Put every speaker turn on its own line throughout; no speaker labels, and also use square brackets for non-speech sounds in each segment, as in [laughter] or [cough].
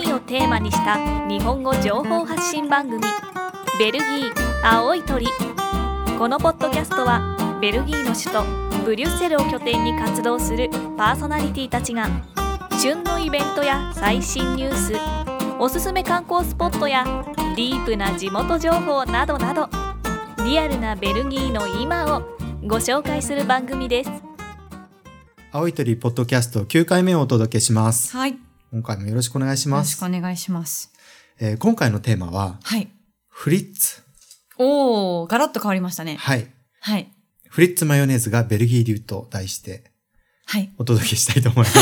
にした日本語情報発信番組「ベルギー青い鳥」このポッドキャストはベルギーの首都ブリュッセルを拠点に活動するパーソナリティたちが旬のイベントや最新ニュースおすすめ観光スポットやディープな地元情報などなどリアルなベルギーの今をご紹介する番組です。
青い鳥ポッドキャスト9回目をお届けします。
はい。よ
今回もよろしくお願いし
ろ
ま
しく
す。
お願いします。
えー今回のテーマは、
はい。
フリッツ。
おお、ガラッと変わりましたね。
はい。
はい。
フリッツマヨネーズがベルギー流と題して
はい。
お届けしたいと思います。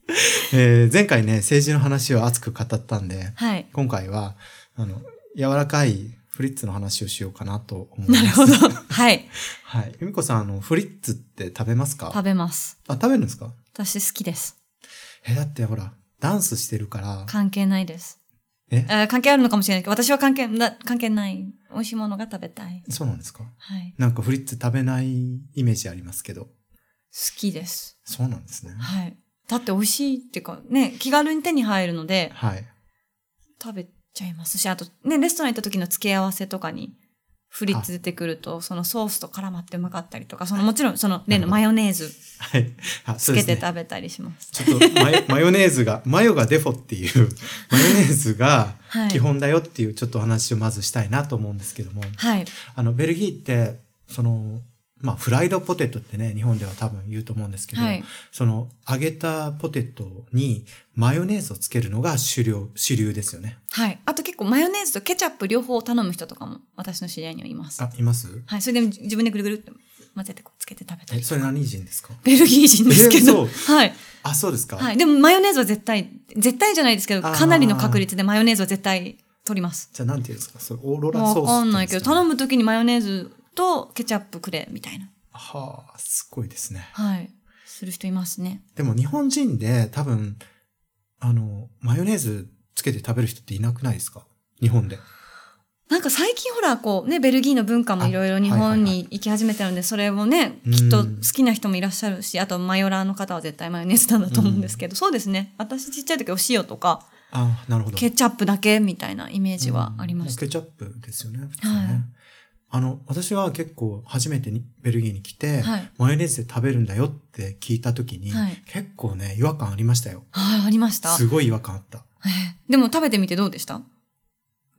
[laughs] えー前回ね、政治の話を熱く語ったんで、
はい。
今回は、あの、柔らかいフリッツの話をしようかなと思いま
な
す。
るほど。。はい。
[laughs] はい。由美子さん、あの、フリッツって食べますか
食べます。
あ、食べるんですか
私好きです。
え、だってほら、ダンスしてるから、
関係ないです。
え
あー関係あるのかもしれないけど、私は関係な、関係ない。美味しいものが食べたい。
そうなんですか
はい。
なんかフリッツ食べないイメージありますけど。
好きです。
そうなんですね。
はい。だって美味しいっていうか、ね、気軽に手に入るので、
はい。
食べちゃいますし、あと、ね、レストラン行った時の付け合わせとかに、フリッツ出てくると、そのソースと絡まってうまかったりとか、そのもちろん、その例のマヨネーズ
はい。あ、そ
つ
うで
け
すね
て。食べたりします。
ちょっとマヨ [laughs] マヨネーズが、マヨがデフォって
[laughs]
いう、マヨネーズが
はい
基本だよっていうちょっとお話をまずしたいなと思うんですけども、
はい。
あの、ベルギーって、その、まあ、フライドポテトってね、日本では多分言うと思うんですけど、
はい。
その、揚げたポテトにマヨネーズをつけるのが主流、主流ですよね。
はい。あと結構マヨネーズとケチャップ両方頼む人とかも私の知り合いにはいます。
あ、います
はい。それで自分でぐるぐるって混ぜてこうつけて食べた
[laughs] え、
り。
それ何人ですか
ベルギー人ですけど。
え
はい。
あ、 [laughs] そうですか
はい。でもマヨネーズは絶対、絶対じゃないですけど、
あー
かなりの確率でマヨネーズは絶対取ります。
じゃあ、なんていうんですかそれ、オーロラ
わ
ソースって
か
うんです
ないけど、頼むときにマヨネーズとケチャップくれ、みたいな。
はあ、すごいですね。
はい。する人いますね。
でも日本人で多分、あの、マヨネーズつけて食べる人っていなくないですか日本で。
なんか最近ほら、こうね、ベルギーの文化もいろいろ日
あはいはい
本
はい
に行き始めてるんで、それもね、
うん
きっと好きな人もいらっしゃるし、あとマヨラーの方は絶対マヨネーズなんだと思うんですけど、そうですね。私ちっちゃい時お塩とか、
あなるほど。
ケチャップだけみたいなイメー
ッ
ジはありました。
ケチャップですよね、普通ね。
はい
あの、私は結構初めてにベルギーに来て、
はい
マヨネーズで食べるんだよって聞いた時に、
はい
結構ね、違和感ありましたよ。
はい、ありました。
すごい違和感あった。
でも食べてみてどうでした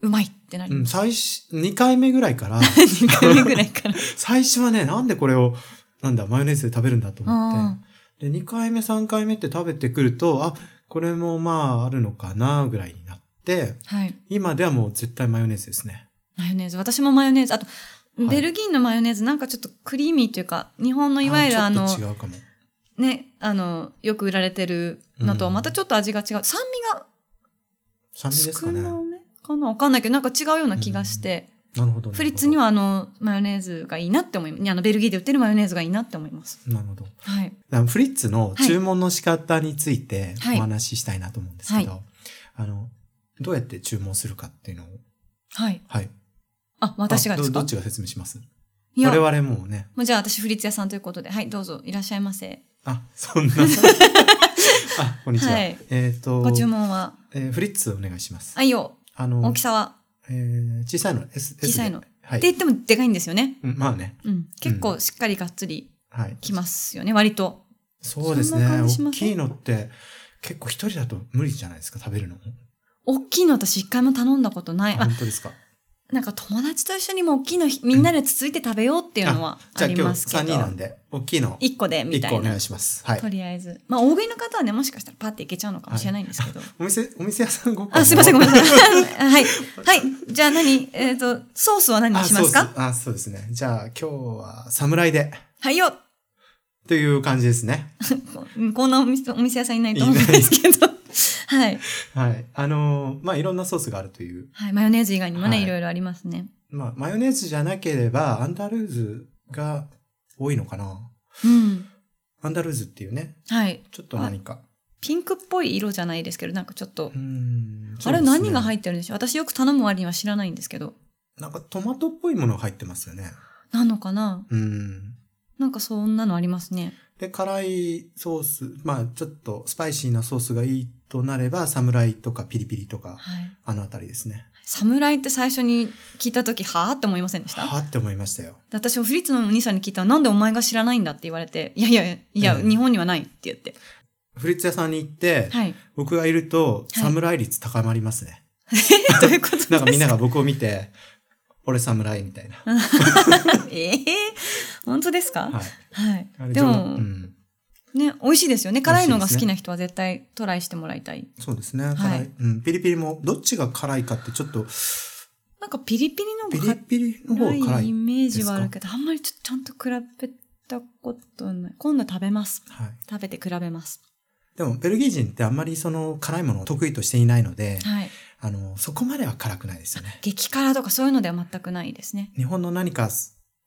うまいってなり
う
[laughs] ま
ん、
し
最初、2回目ぐらい [laughs] から、
た。2回目ぐらい
[laughs]
から。
最初はね、なんでこれを、なんだ、マヨネーズで食べるんだと思
あ
って。で、2回目、3回目って食べてくると、あ、これもまああるのかな、ぐらいになって、
ーはい。
今ではもう絶対マヨネーズですね。
マヨネーズ。私もマヨネーズ。あと、
い
ベルギーのマヨネーズなんかちょっとクリーミーというか、日本のいわゆるあの
ちょっ、と違うかも。
ね、あの、よく売られてるのとは
うん
またちょっと味が違う。酸味が
酸味です
少
かね。な
なめかなわかんないけど、なんか違うような気がして、
るほど。
フリッツに
は。
はあの、マヨネーズがいいなって思います。あの、ベルギーで売ってるマヨネーズがいいなって思います。
なるほど。
はい。
だからフリッツの注文の仕方について
はい
お話ししたいなと思うんですけど、
は
あの、どうやって注文するかっていうのを、
はい。
はい。
あ、私がで
あ
す
どど
か
っちが説明します
いや、
我
も
々もうね、
うじゃあ私フリッツ屋さんということで、はい、どうぞいらっしゃいませ。
あ、そ
[laughs]
んな。あ、こんにちは。
はい
えっ、と、
ご注文は、
えーフリッツお願いします。
あいよ、
あの、
大きさは、
えー小さいの、S、S で
小さいの。
は
っ
い
て。言ってもでかいんですよね。
うんまあね。
うん。結構しっかりがっつり
はい。
きますよね、割と。
そうです
そ
ね
んな感じし
大
ません
きいのって、結構一人だと無理じゃないですか、食べるの。
大きいの私一回も頼んだことない。あ
本当です
[laughs]
か。
なんか友達と一緒にも大きいのひみんなでつついて食べようっていうのは
じ
あ
ゃあ
り
今
ま
日
すけど。
三人なんで、大きいの
1個でみ
一
た
個
い
お願
な。
いします。はい
と。りあえず。まあ大食いの方はね、もしかしたらパッていけちゃうのかもしれないんですけど。
お店、お店屋さんご
あ、すいません、ごめん
さ [laughs]
なさい。 [laughs] はい。はい。じゃあ何えっ、と、ソースは何にしますか
あ、そうですね。じゃあ今日は侍で、
はいよ
という感じですね。
うんこんなお店お店屋さんいないと思うんですけど。 [laughs] はい。
はい。あのーまあ、いろんなソースがあるという
はい。マヨネーズ以外にもね、
はい
いろいろありますね。
まあ、マヨネーズじゃなければ、アンダルーズが多いのかな。
うん。
アンダルーズっていうね、
はい。
ちょっと何か。
ピンクっぽい色じゃないですけど、なんかちょっと。
うーん
あれ何が入
っ
ってるんでしょう私よく頼む割には知らないんですけど。
なんかトマトっぽいものが入ってますよね。
なのかな
うん。
なんかそんなのありますね。
で、辛いソース、まあ、ちょっとスパイシーなソースがいいとなれば、侍とかピリピリとか、
はい。
あのあたりですね。
侍って最初に聞いた時はあって思いませんでした
はあって思いましたよ。
で私もフリッツのお兄さんに聞いたらなんでお前が知らないんだって言われて
[laughs]
いやいやいや、
うん
日本にはないって言って
フリッツ屋さんに行って、
はい
僕がいると、
はい
侍率高まりますね。
えどういうことですか
なんかみんなが僕を見て、俺侍みたいな。
[laughs] ええ本当ですか
はい
はい、
あれ。
で
冗
も、
談うん。
ね美味しいですよね辛いの
美
が
味しいで
好
すね
きな人は絶対トライしてもらいたい
そうですね。辛い。
はい
うん。ピリピリも、どっちが辛いかってちょっと、
なんかピリピリの
ピ
方
リ
が
ピリの方
辛
が辛
いイ
い。
メージはあるけどあんまりちょっとちゃんと比べたことない今度食べます
はい。
食べて比べます
でも、ベルギー人ってあんまりその辛いものを得意としていないので、
はい
あの、そこまでは辛くないですよね。
激辛とかそういうのでは全くないですね
日本の何か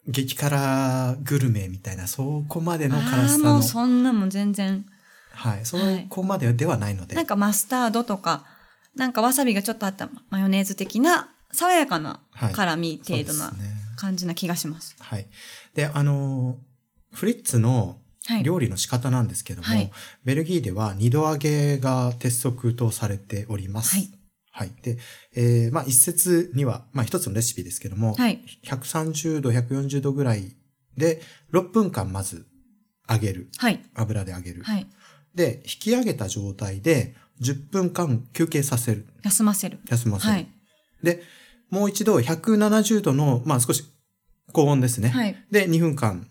激辛グルメみたいな、そこまでの辛
ああ
さ
ーも
の
う、そんなもん全然
はい、そこまでではないので、
なんかマスタードとか、なんかわさびがちょっとあったマヨネーズ的な、爽やかな
はい
辛み程度
そ
な
うですね
感じな気がします。
はい。で、あの、フリッツの
はい。
料理の仕方なんですけども、
はい
ベルギーでは二度揚げが鉄則とされております。
はい。
はい。で、えーまあ一説には、まあ一つのレシピですけども、
はい。
130度、140度ぐらいで、6分間まず揚げる。
はい。
油で揚げる。
はい。
で、引き上げた状態で、10分間休憩させる。
休ませる。
休ませる。
はい。
もう一度、170度の、まあ少し高温ですね。
はい。
で、2分間、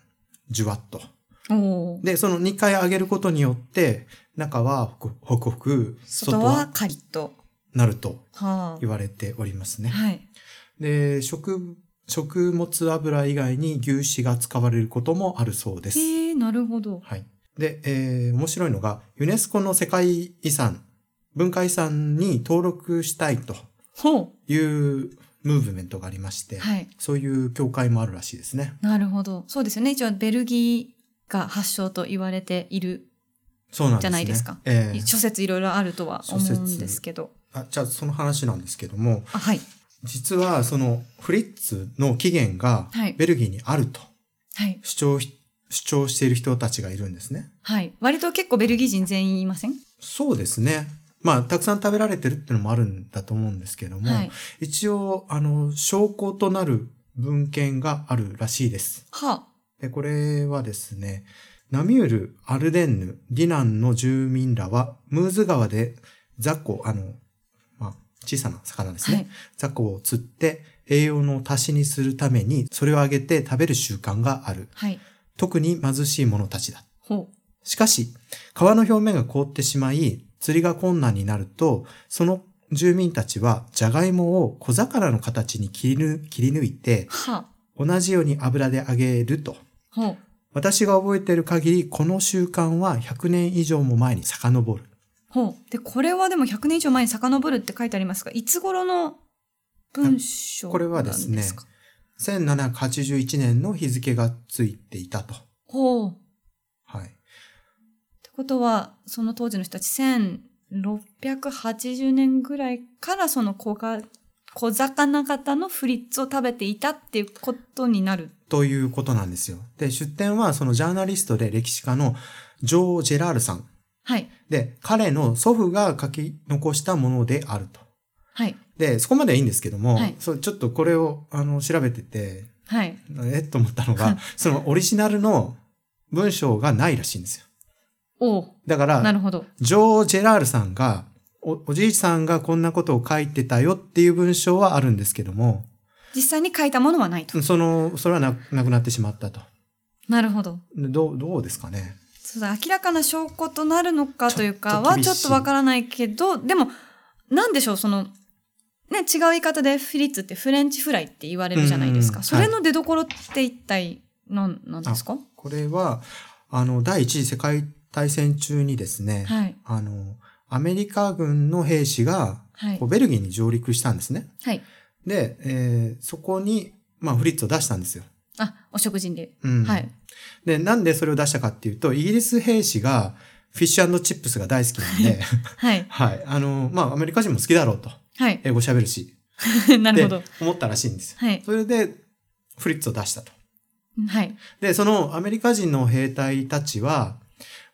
じゅわっと。
おおー。
で、その2回揚げることによって、中はホクホクホク、
外
外
は
は
カリッと。
なると
は
言われております
あ。
ね。
はい。
で、食、食物油以外に牛脂が使われることもあるそうです。
へえ、なるほど。
はい。で、えー面白いのが、ユネスコの世界遺産、文化遺産に登録したいと
ほ
いうムーブメントがありまして、
う。はい。
そういう協会もあるらしいですね。
なるほど。そうですよね。一応ベルギーが発祥と言われている、
そうなんですね。
じゃないですか
ええ
諸説いろいろあるとは思うんですけど。
あじゃあ、その話なんですけども、
あ、はい。
実はそのフリッツの起源が
はい
ベルギーにあると
はい。
主張し主張している人たちがいるんですね。
はい。割と結構ベルギー人全員いません
そうですね。まあ、たくさん食べられてるっていうのもあるんだと思うんですけども、
はい。
一応、あの、証拠となる文献があるらしいです。
はあ。
でこれはですね、ナミュール、アルデンヌ、ディナンの住民らは、ムーズ川で雑魚、あの、まあ、小さな魚ですね、
はい
雑魚を釣って栄養の足しにするために、それをあげて食べる習慣がある。
はい。
特に貧しい者たちだ。
ほう。
しかし、川の表面が凍ってしまい、釣りが困難になると、その住民たちは、ジャガイモを小魚の形に切りぬ切り抜いて、
は
同じように油で揚げると。
あ。ほう。
私が覚えている限り、この習慣は100年以上も前に遡る。
ほう。で、これはでも100年以上前に遡るって書いてありますが、いつ頃の文章
これはですね
なんか
1781年の日付がついていたと。
ほう。っ
はい。
てことは、その当時の人たち1680年ぐらいからその小が小魚型のフリッツを食べていたっていうことになる。
ということなんですよ。で、出典はそのジャーナリストで歴史家のジョー・ジェラールさん
はい。
で、彼の祖父が書き残したものであると。
はい。
で、そこまではいいんですけども、
はい
そうちょっとこれをあの調べてて、
はい。
えっと思ったの
[laughs]
が、そのオリジナルの文章がないらしいんですよ。
おう。
だか
な
ら、
るほど。
ジョー・ジェラールさんがお、おじいさんがこんなことを書いてたよっていう文章はあるんですけども、
実際に書いたものはないと。
その、それはななくなってしまったと。
なるほど。
でどう、どうですかね。
そうだ明らかな証拠となるのかという
ちょっ
か
と
は
厳しい
ちょっとわからないけどでもなんでしょうそのね違う言い方でフリッツってフレンチフライって言われるじゃないです
うん
か
うん
それの出所って一体何なんですか
これは、あの、第一次世界大戦中にですね、
はい
あの、アメリカ軍の兵士が、
はい
こうベルギーに上陸したんですね。
はい
で、えーそこに、まあ、フリッツを出したんですよ。
あお食事で
うん。
はい
で、なんでそれを出したかっていうと、イギリス兵士が、フィッシュチップスが大好きなん
[laughs]
で、
はい
はい。あの、まあ、アメリカ人も好きだろうと。
は
英語喋るし。
い [laughs] なるほど
って思ったらしいんですよ。
はい
それで、フリッツを出したと。
はい
で、そのアメリカ人の兵隊たちは、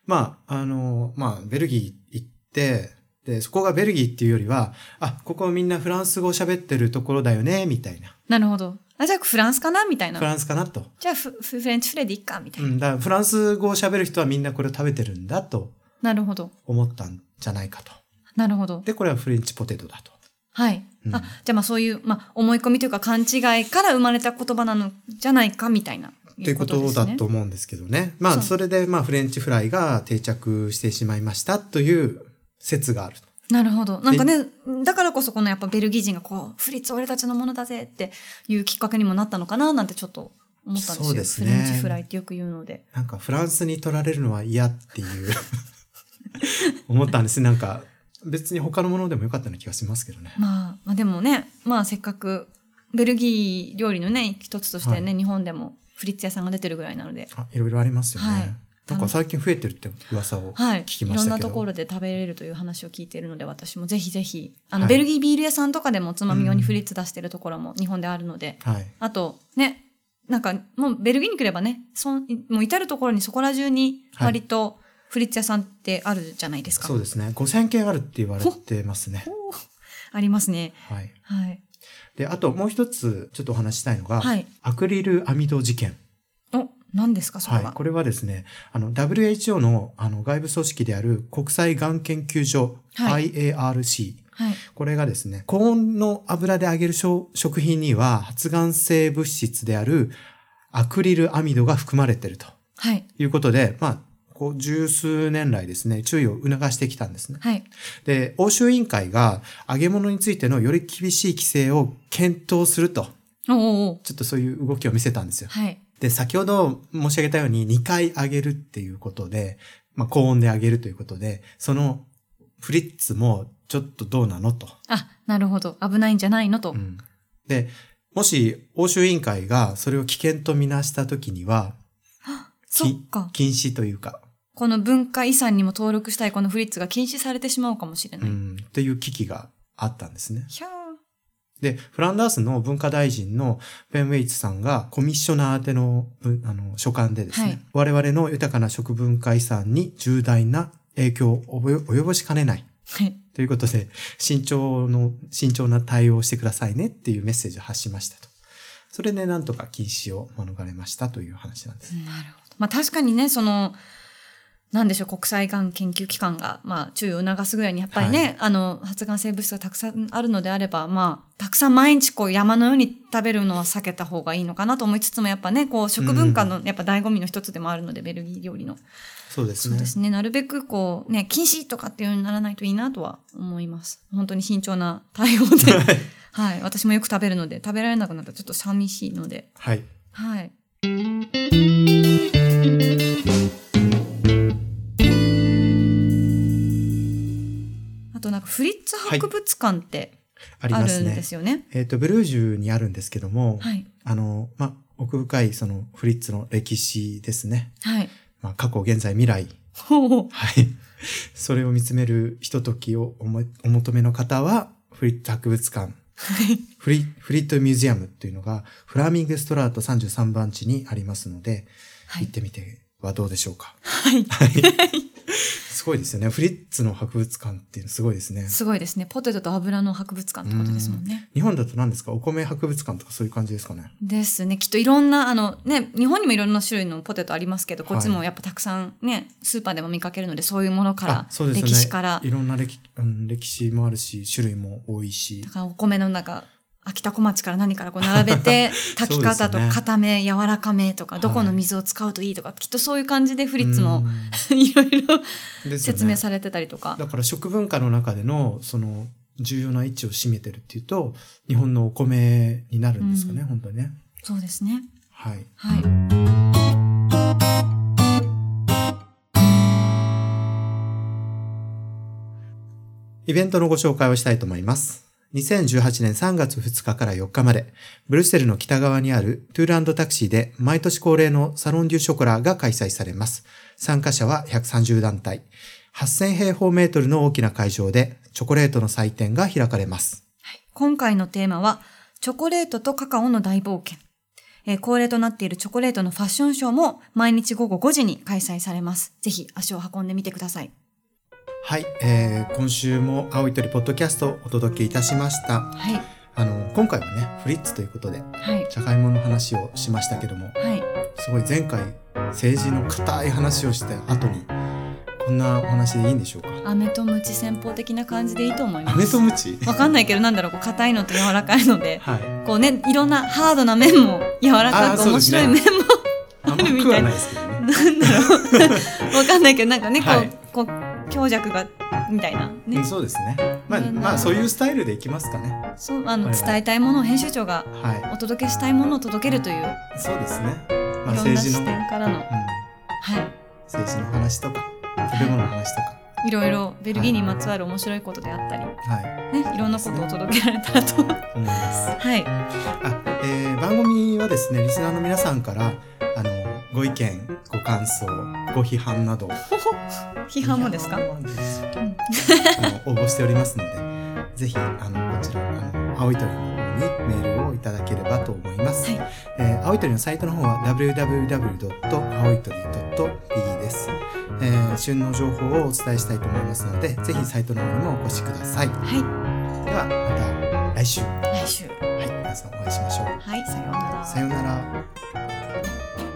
まあ、あの、まあ、ベルギー行って、で、そこがベルギーっていうよりは、あ、ここみんなフランス語喋ってるところだよね、みたいな。
なるほど。あ、じゃあフランスかなみたいな
フ。ランスかなと。
じゃあフフフレンチフレディかみたいうな、
ん、だからフランス語を喋る人はみんなこれを食べてるんだと
なるほど。
思ったんじゃないかと。
なるほど。
で、これはフレンチポテトだと。
はい。
うん
あ、じゃあまあそういう、まあ思い込みというか勘違いから生まれた言葉なのじゃないかみたいな。
ということだ
ですね
と。思うんですけどね。ま
そう
あ、それで、まあ、フレンチフライが定着してしまいましたという説がある。
なるほど。なんかね、だからこそこのやっぱベルギー人がこう、フリッツ俺たちのものだぜっていうきっかけにもなったのかななんてちょっと思ったんですよ。
そうですね
フレンチフライってよく言うので。
なんか、フランスに取られるのは嫌っていう、 [laughs] 思ったんです。なんか、別に他のものでもよかったような気がしますけどね。
まあ、まあでもね、まあせっかくベルギー料理のね、一つとしてね、
は
日本でもフリッツ屋さんが出てるぐらいなので。
あ、いろいろありますよね。
はい
なんか最近増えてるって噂を
は
聞
い、
き
い
ま
ろ
し
ん
た
な
けど。
ところで食べれるという話を聞いているので私もぜひぜひあの、
はい
ベルギービール屋さんとかでもおつまみ用に
うん
フリッツ出してるところも日本であるので、
はい。
あとねなんかもうベルギーに来ればねそんもう至る所にそこら中に
はい
割とフリッツ屋さんってあるじゃないですか、
そうですね。5000件あるって言われてますね。
ありますね
はい。
はい
で、あともう一つちょっとお話ししたいのが、
はい
アクリルアミド事件。
お何ですかそれは、
はい。これはですね、あの、WHO のあの外部組織である国際がん研究所、
はい
IARC。
はい
これがですね、高温の油で揚げる食食品には発がん性物質であるアクリルアミドが含まれていると
はい
いうことで、まあ、こう十数年来ですね、注意を促してきたんですね。
はい
で、欧州委員会が揚げ物についてのより厳しい規制を検討すると、
おおお
ちょっとそういう動きを見せたんですよ。
はい
で、先ほど申し上げたように2回揚げるっていうことで、まあ、高温で揚げるということで、そのフリッツもちょっとどうなのと。
あなるほど危ないんじゃないのと、
うんで、もし欧州委員会がそれを危険とみなしたときには、
そっか
禁止というか、
この文化遺産にも登録したいこのフリッツが禁止されてしまうかもしれ
う
ない。
ん、という危機があったんですね。
ひゃー [laughs]
で、フランダースの文化大臣のベン・ウェイツさんがコミッショナー宛ての文あの書簡でですね、我々の豊かな食文化遺産に重大な影響を及ぼ及ぼしかねない。
はい。
ということで、慎重の、慎重な対応をしてくださいねっていうメッセージを発しましたと。それでなんとか禁止を免れましたという話なんです。
なるほど。まあ確かにね、その、なんでしょう、国際がん研究機関が、まあ注意を促すぐらいに、やっぱりね、
は
あの、発がん性物質がたくさんあるのであれば、まあ、たくさん毎日こう山のように食べるのは避けた方がいいのかなと思いつつも、やっぱね、こう食文化の、やっぱ醍醐味の一つでもあるので、ベルギー料理の。
そうです
そう
ね。
ですね。なるべくこう、ね、禁止とかっていうようにならないといいなとは思います。本当に慎重な対応で。はい。私もよく食べるので、食べられなくなったらちょっと寂しいので。
はい。
はい。あとなんかフリッツ博物館って
あり
あ
ま
る
す
ん
ね
で。すよね。
えっ、と、ブルージュにあるんですけども、
はい。
あの、ま、奥深いそのフリッツの歴史ですね。
はい。 [laughs]
まあ、過去、現在、未来
ほうほう。
はい。 [laughs] それを見つめるひとときをおもお求めの方は、フリット博物館、フリフリットミュージアムというのが、フラーミングストラート33番地にありますので、
は
行
い
っ。てみてはどうでしょうか。
はい。
[laughs] すごいですよね。フリッツの博物館っていうのすごいですね。
すごいですね。ポテトと油の博物館ってことですもんね。
日本だと何ですかお米博物館とかそういう感じですかね。
ですね。きっといろんな、あのね、日本にもいろんな種類のポテトありますけど、こっち
は
も
い
やっぱたくさんね、スーパーでも見かけるので、そういうものか
あ
ら、
そうですよね。
歴史から、
いろんな歴,、うん、歴史もあるし、種類も多いし
だ。からお米の中、秋田小町から何からこう並べて、炊き方と
[laughs] そうですね
固め、柔らかめとか、どこの水を使うといいとか、きっとそういう感じでフリッツも [laughs] いろいろ
うんですよね
説明されてたりとか。
だから食文化の中でのその重要な位置を占めてるっていうと日本のお米になるんですかね、
うん
本当にね
そうですね。
はい
はい。
イベントのご紹介をしたいと思います2018年3月2日から4日まで、ブルッセルの北側にあるトゥーランドタクシーで毎年恒例のサロンデュショコラが開催されます。参加者は130団体。8000平方メートルの大きな会場でチョコレートの祭典が開かれます。
今回のテーマは、チョコレートとカカオの大冒険。えー恒例となっているチョコレートのファッションショーも毎日午後5時に開催されます。ぜひ足を運んでみてください。
はい、えー今週も青い鳥ポッドキャストをお届けいたしました。
はい
あの、今回はね、フリッツということで、
はい
社会もの話をしましたけども、
はい
すごい前回、政治の固い話をした後に、こんなお話でいいんでしょうか。
飴とムチ戦法的な感じでいいと思います
飴とムチ
わかんないけどなんだろうこう硬いのと柔らかいので [laughs]
はい。
こうねいろんなハードな面も柔ら
あー
か
そ
く
う
面
ですね
白い面も
甘
るみ
く
た
はい
な
ないですけどね。
なんだろう [laughs] わかんないけどなんかねこう,、
はい
こう強弱がみたいなね、
うんそうですね。まあ、
ね
まあ、そういうスタイルでいきますかね。
そうあの、
はいはい
伝えたいものを編集長が
は
お届けしたいものを届けるという、
い。そうですね。まあ、
いろんな
政治の、
視
うん、
点からの、は
政治の話とか、食べ物の話とか、
い、いろいろベルギーにまつわる面白いことであったり、
はい、
ね、いろんなことを届けられたらと、は
思います。
い、
あ、えー番組はですねリスナーの皆さんからあのご意見ご感想ご批判など
批判もですか
批判もですあの応募しておりますのでぜひあのこちらあの青い鳥の方にメールをいただければと思います、
はい
えー青い鳥のサイトの方は www.aoitori.pe です、えー旬の情報をお伝えしたいと思いますのでぜひサイトの方にもお越しくださいで
は
はまた来週はい
い、来週
皆さんお会いしましょう
はいさようなら
さようなら